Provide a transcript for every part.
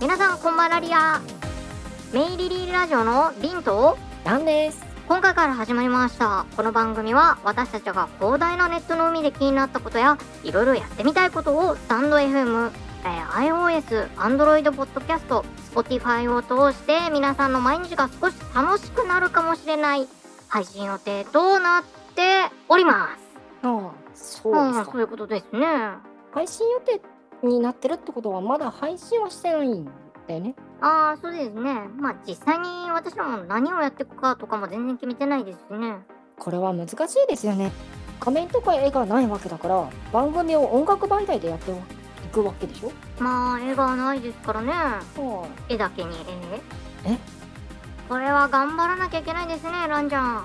皆さんこんばんはリアメイリリーラジオのリンとランです。今回から始まりましたこの番組は私たちが広大なネットの海で気になったことやいろいろやってみたいことをスタンド FM、えー iOS、Android、Podcast、Spotify を通して皆さんの毎日が少し楽しくなるかもしれない配信予定となっております。ああ、そうですんそうか。いうことですね。配信予定になってるってことはまだ配信はしてないんだよね。ああ、そうですね。まあ実際に私らも何をやっていくかとかも全然決めてないですしね。これは難しいですよね。画面とか絵がないわけだから番組を音楽媒体でやっていくわけでしょ。まあ絵がないですからね。は絵だけに絵えこれは頑張らなきゃいけないですねランちゃんあ、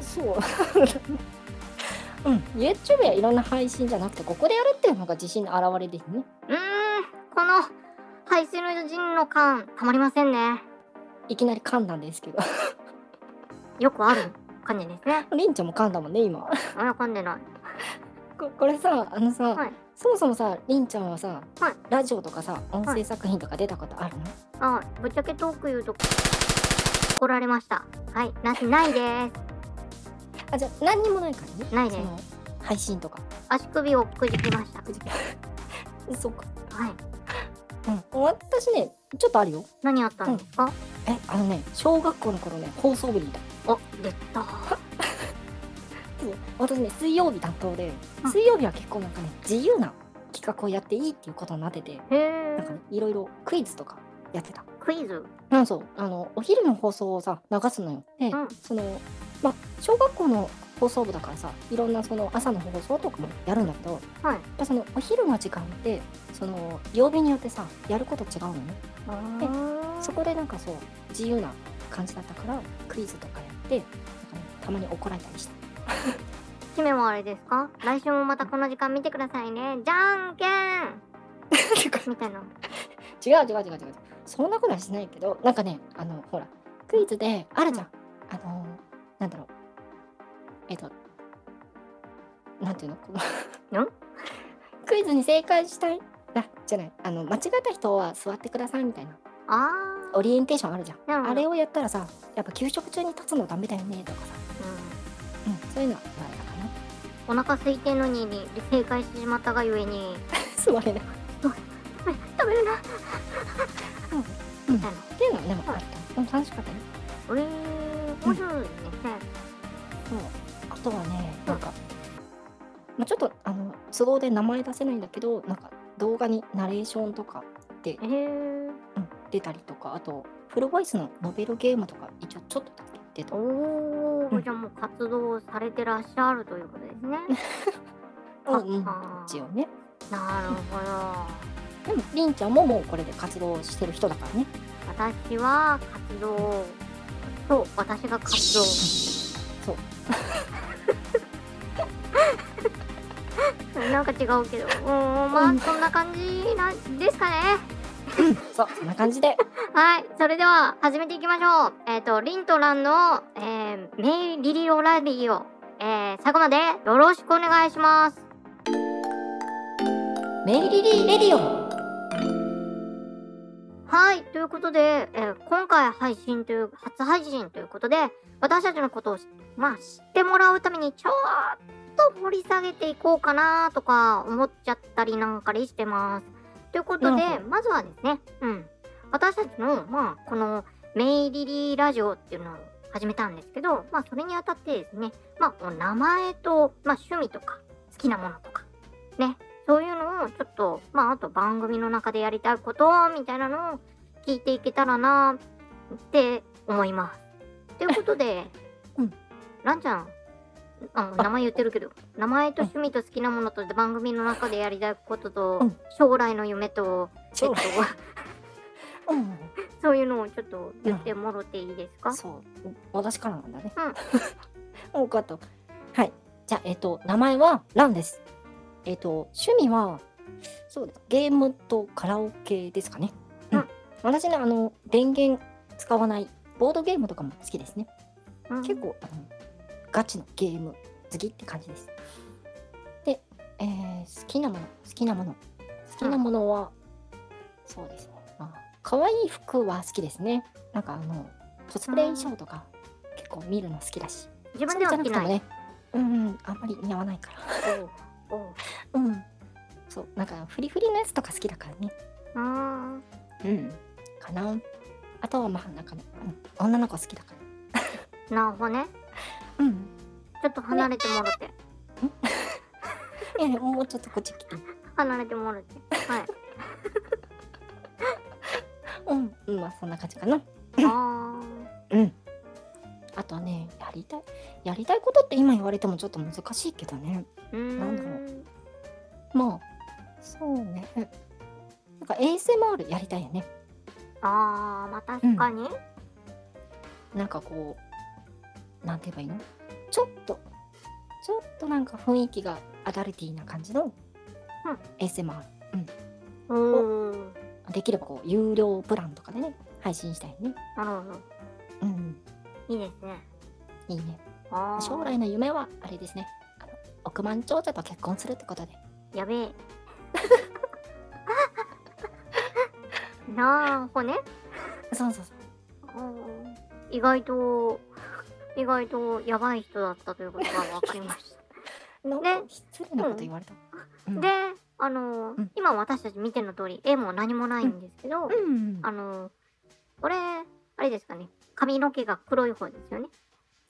そう。 うん、YouTube やいろんな配信じゃなくてここでやるっていうのが自信の表れですね。うーんこの排水の陣の感たまりませんねいきなり噛んだんですけど。 よくある感じですねりんちゃんも噛んだもん ね今。あら噛んでないここれさあのさ、はいそもそもさりんちゃんはさ、はいラジオとかさ音声作品とか出たことあるの、あぶっちゃけトーク言うと怒られましたはいなないですあじゃあ何にもないからねないねその配信とか足首をくじきましたそうか、はいうん、私ねちょっとあるよ何あったんですか、えあのね小学校の頃ね放送部にいたお出たそう私ね水曜日担当でうん水曜日は結構なんかね自由な企画をやっていいっていうことになっててへなんかえねいろいろクイズとかやってたクイズなんそうあのお昼の放送をさ流すのよで、うんそのまあ小学校の放送部だからさいろんなその朝の放送とかもやるんだけどやっはいぱそのお昼の時間ってその曜日によってさやること違うのねあーそこでなんかそう自由な感じだったからクイズとかやってなんかねたまに怒られたり した姫もあれですか来週もまたこの時間見てくださいねじゃんけんみたいな違う違う違う違うそんなことはしないけどなんかねあのほらクイズであるじゃん、あのなんだろうえっとなんていうのこのんクイズに正解したいあじゃないあの間違った人は座ってくださいみたいなあオリエンテーションあるじゃん、ああれをやったらさやっぱ給食中に立つのダメだよねとかさ、うん、そういうのは言われたかなうん、お腹空いてんのにに正解してしまったがゆえに 座れない。食べるなうん、っみたいていうのはでもあった、うん、楽しかったねなえー、面白い ですね、そうあとはねなんか、まあ、ちょっとあの都合で名前出せないんだけどなんか動画にナレーションとかで、えー、うん出たりとかあとフルボイスのノベルゲームとか一応ちょっとだけ出たおー、うんじゃあもう活動されてらっしゃるということですね うんうんあ一応ねーなるほどでもりんちゃんももうこれで活動してる人だからね私は活動そう私が活 動そうなんか違うけど、うん、まあそんな感じなんですかね。そうそんな感じではい、それでは始めていきましょう。えっ、と、リンとランの、えーメイリリオラビーを、えー最後までよろしくお願いします。メイリリーレディオはい、ということで、えー今回配信という、初配信ということで、私たちのことを、まあ、知ってもらうために、ちょっと掘り下げていこうかなとか思っちゃったりなんかりしてます。ということなでる、ほまずはですね、うん、私たちの、まあ、この、メイリリーラジオっていうのを始めたんですけど、まあ、それにあたってですね、まあ、お名前と、まあ、趣味とか、好きなものとか、ね、そういうのをちょっと、まあ、あと番組の中でやりたいことみたいなのを聞いていけたらなって思います。ということで、 うんランちゃん、ああ名前言ってるけど、名前と趣味と好きなものと番組の中でやりたいことと、うん将来の夢と、えっ と、うんそういうのをちょっと言ってもろていいですか、そう私からなんだね、 うん、分かったはいじゃあえっ、と名前はランですえっ、と趣味はそうですゲームとカラオケですかねうん、うん私ねあの電源使わないボードゲームとかも好きですね、うん結構あのガチのゲーム好きって感じですで、えー好きなもの好きなもの好きなものは、そうですねまあ可愛い服は好きですね。なんかあのコスプレ衣装とか結構見るの好きだし。自分ではそう着じゃなない。くてもね。うんうんあんまり似合わないから。おうおううん。そうなんかフリフリのやつとか好きだからね。うーんうん。かな。あとはまあなんか、うん、女の子好きだかなるほどね。ら。うん。ちょっと離れてもろて。いやいやもうちょっとこっち来て。離れてもろて。はい。うん。うんまあそんな感じかな。ああとはねやりたいやりたいことって今言われてもちょっと難しいけどね。ーうーん。なんだろまあそうね。なんか ASMR やりたいよね。あー、まあ確かに。なんかこう、なんて言えばいいのちょっと、ちょっとなんか雰囲気がアダルティーな感じのうん ASMR。うーん。できればこう、有料プランとかでね、配信したいよね。なるほど。うん、いいですね。いいね。あー将来の夢は、あれですね。あの億万長者と結婚するってことで。やべえ。 なるほどね。そうそうそう。うん意外と、意外とやばい人だったということが分かりました。なんか失礼なこと言われた。 うんで、あのーうん今私たち見ての通り、絵も何もないんですけど、うん。あのーこれ、あれですかね、髪の毛が黒い方ですよね。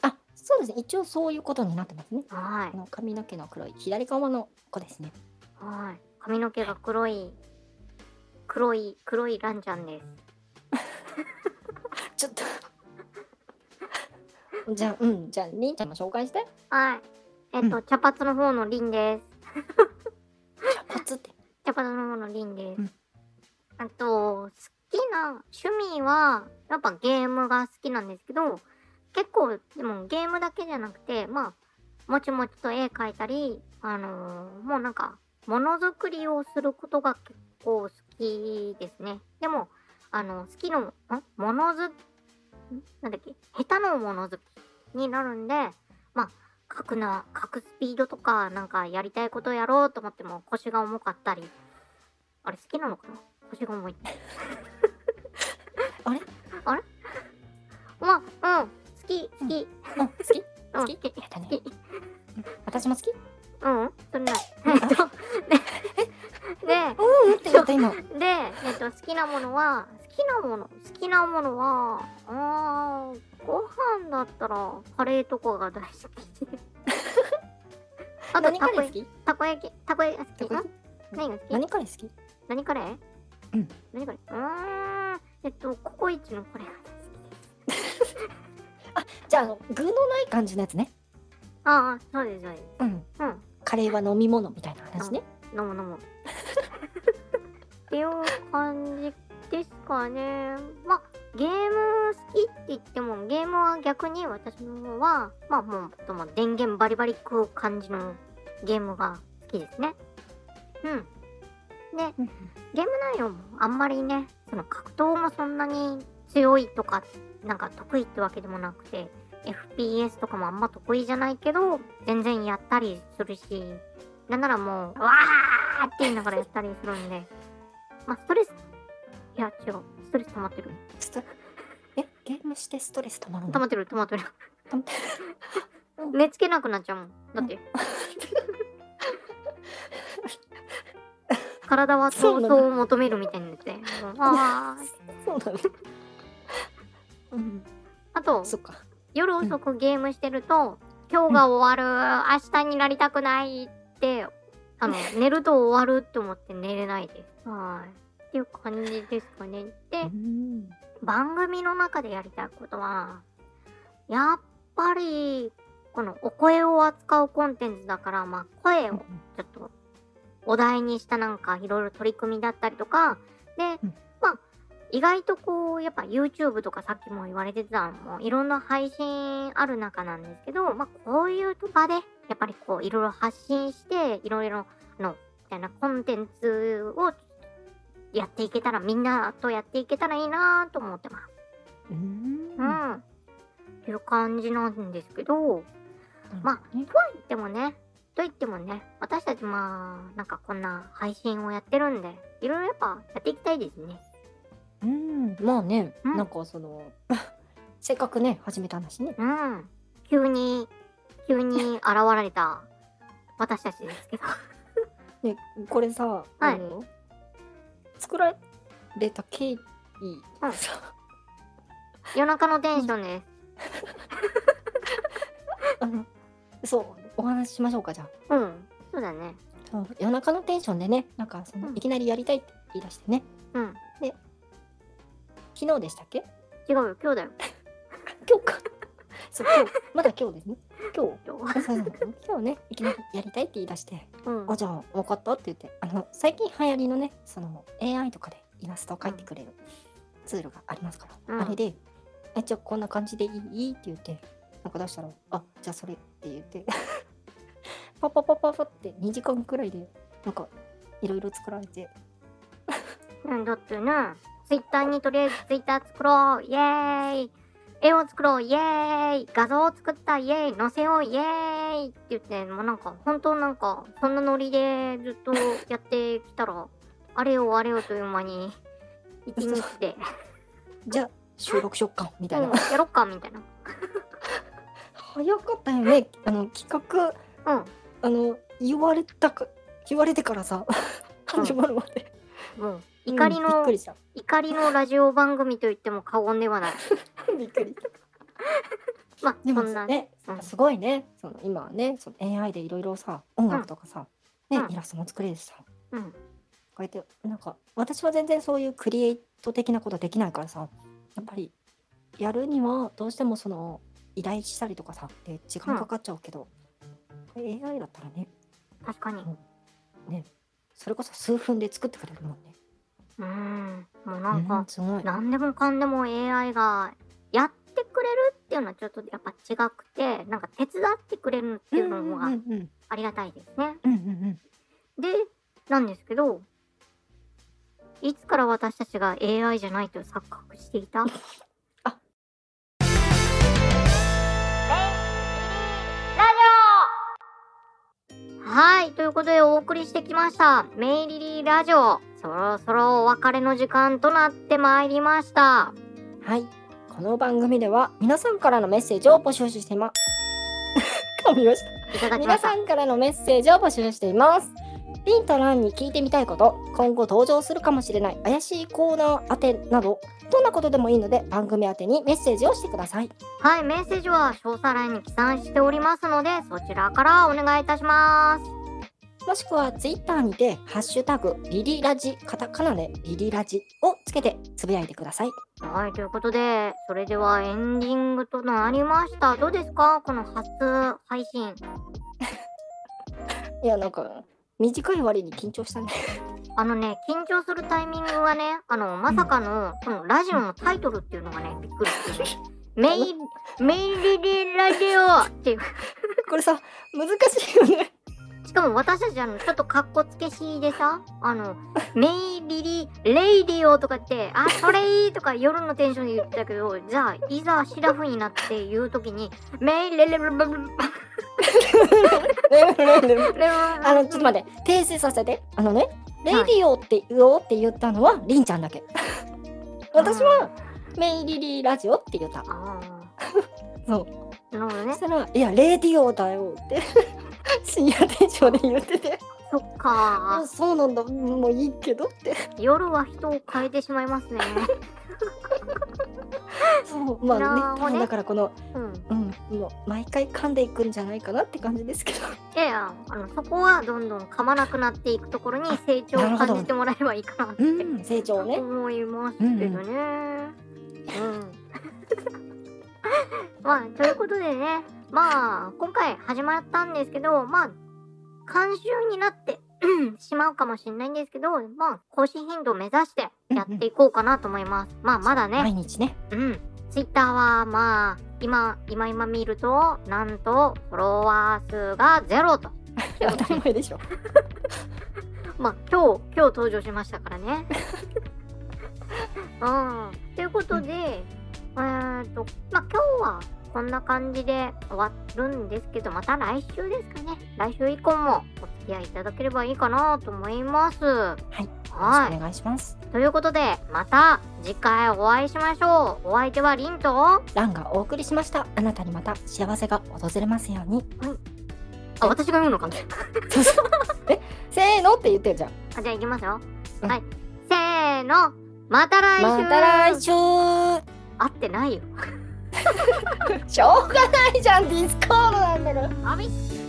あ、そうですね。一応そういうことになってますね。はあの髪の毛の黒い左側の子ですね。い。はい。髪の毛が黒い、黒い、黒いランちゃんです。ちょっと。じゃあ、うん、じゃあ、りんちゃんも紹介して。はい。えっと、茶髪の方のリンです。茶髪って。茶髪の方のリンです。うんあと、好きな趣味は、やっぱゲームが好きなんですけど、結構、でもゲームだけじゃなくて、まあ、もちもちと絵描いたり、あのーもうなんか、ものづくりをすることが結構好きですね。でも、あの、好きの、んものづ、んなんだっけ、下手のものづきになるんで、まあ、書くな、書くスピードとか、なんかやりたいことやろうと思っても腰が重かったり、あれ好きなのかな腰が重い。 あれあれまあ、うん、好き、好き、あ、好き。うん、好好きき、やったね好き。私も好き。うん、それなえっと、で、うん、って言った、今。で、で、えっと、好きなものは、好きなもの、好きなものは、あー、ご飯だったら、カレーとかが大好 き。あと、何たカこレー焼好き、き。たこ焼き、たこ焼きた好こき。ん焼き何が好き何カレー好き。何カレーうん。何カレーうーん。えっと、ココイチのカレーが大好き。じゃあ、あの具のない感じのやつね。ああ、そうです、そうです。うん。うん。カレーは飲み物みたいな話ね。飲む飲む。っていう感じですかね。まあ、ゲーム好きって言っても、ゲームは逆に私の方は、まあもう、とも電源バリバリ食う感じのゲームが好きですね。うん。で、うんゲーム内容もあんまりね、その格闘もそんなに強いとか、なんか得意ってわけでもなくて、FPS とかもあんま得意じゃないけど、全然やったりするし、なんならもう、わーって言いながらやったりするんで、まあ、ストレス、いや、違う、ストレス溜まってる。ちょっとえ、ゲームしてストレス溜まる溜まの。ってる、溜まってる溜まって。寝つけなくなっちゃうもん。だって。体は闘そう争なのを求めるみたいになって。もうあーそうだね。うん、あと、そっか。夜遅くゲームしてると、今日が終わる、明日になりたくないって、あの、寝ると終わるって思って寝れないです。はい。っていう感じですかね。で、うん。番組の中でやりたいことは、やっぱり、このお声を扱うコンテンツだから、まあ、声をちょっとお題にしたなんかいろいろ取り組みだったりとか、で、うんまあ、意外とこう、やっぱ YouTube とかさっきも言われてたのも、いろんな配信ある中なんですけど、まあ、こういう場で、やっぱりこう、いろいろ発信して、いろいろの、みたいなコンテンツをやっていけたら、みんなとやっていけたらいいなと思ってます。うん。うまん。っていう感じなんですけど、まあ、ねでもね、と言ってもね、私たちまあ、なんかこんな配信をやってるんで、いろいろやっぱやっていきたいですね。うん、まあね、うんなんかその せっかくね始めたんだしね。うん。急に、急に現れた 私たちですけど。ねこれさ、あの作られた経緯うんさ、夜中のテンションです。 あのそうお話ししましょうかじゃあ。うん。そうだね。そう夜中のテンションでねなんかその、うんいきなりやりたいって言い出してねうん。昨日でしたっけ違うよ、今日だよ。今日かそう今日まだ今日ですね今日今 あそうそうそう今日ねいきなりやりたいって言い出して日。うんあ。じゃあ分かったって言ってあの最近流行りのねその AI とかでイラストを描いてくれるツールがありますから、うんあれで「えじゃあこんな感じでいい?」って言ってなんか出したら「あじゃあそれ」って言って パパパパパって2時間くらいでなんかいろいろ作られてうん、だってね、ツイッターにとりあえずツイッター作ろう、イエーイ絵を作ろう、イエーイ画像を作った、イエーイ載せよう、イエーイって言って、もうなんか、本当なんか、そんなノリでずっとやってきたら、あれよあれよという間に、一日で、じゃあ収録しよっかみうたいな、ん、やろっか、みたいな。早かったよねあの企画うん。あの言われたか言われてからさ 始まるまで、もう怒りうんびっの、く りした怒りのラジオ番組と言っても過言ではない。びっくりまあ、でそもんな、ね、うんすごいねその今はねその AI でいろいろさ音楽とかさ、うんねうんイラストも作れるしさこうん、うやってなんか私は全然そういうクリエイト的なことできないからさやっぱりやるにはどうしてもその依頼したりとかさって時間かかっちゃうけど、これ AI だったらね確かに。それこそ数分で作ってくれるもんね。うん、もうなんか、うんすごい。何でもかんでも AI がやってくれるっていうのはちょっとやっぱ違くてなんか手伝ってくれるっていうのうんうがんうんありがたいですね。うんうんでなんですけどいつから私たちが AI じゃないと錯覚していた あはいということでお送りしてきました「メイリリーラジオ」そろそろお別れの時間となってまいりました。うんはい。この番組では皆さんからのメッセージを募集しています。 噛みました。いただきま皆したさ。んからのメッセージを募集しています。ピンとランに聞いてみたいこと、今後登場するかもしれない怪しいコーナー宛てなど、どんなことでもいいので番組宛てにメッセージをしてください。はい、メッセージは詳細欄に記載しておりますので、そちらからお願いいたします。もしくはツイッターにて、ハッシュタグ、リリラジ、カタカナでリリラジをつけてつぶやいてください。はい、ということで、それではエンディングとなりました。どうですかこの初配信。いや、なんか、短い割に緊張したね。 あのね、緊張するタイミングがね、あの、まさかの、このラジオのタイトルっていうのがね、びっくりして ね。メイ、メイリリラジオっていう。これさ、難しいよね。 しかも私たちあの、ちょっとかっこつけしでさ、あの、メイリリ、レイディオとかって、あ、それいいとか夜のテンションで言ってたけど、じゃあ、いざシラフになって言うときに、メイレレレレレレレレあの、ちょっと待って、訂正させて。あのね、レディオって言おうって言ったのは、りんちゃんだけ。 私は、メイリリーラジオって言った。あーそう。なるほどそねし。たら、いや、レディオだよって、 深夜テンションで言ってて、そっあか。そうなんだ、もういいけどって。夜は人を変えてしまいますね。そう、 まあなるほどね、ねだからこの、うん。うん、もう毎回噛んでいくんじゃないかなって感じですけど。いやいや、あの、そこはどんどん噛まなくなっていくところに成長を感じてもらえばいいかなって。うん、 成長をね。思いますけどね。うん、 まあということでねまあ今回始まったんですけどまあ監修になって うんしまうかもしれないんですけどまあ更新頻度を目指してやっていこうかなと思います。まあまだね毎日ね。うん。ツイッターはまあ今今今見るとなんとフォロワー数がゼロと。当たり前でしょ。まあ今日今日登場しましたから ね。うん。ということで、えーっとまあ今日はこんな感じで終わるんですけどまた来週ですかね来週以降もお付き合いいただければいいかなと思います。はいろはしくお願いします。い。ということで、また次回お会いしましょう。お相手はリンと、ランがお送りしました。あなたにまた幸せが訪れますように。あ、私が言うのかな。 せーのって言ってるじゃん。あじゃあ行きますよ。うんはい。せーの、また来週。また来週。会ってないよ。しょうがないじゃん。ディスコードなんだから。あびっくり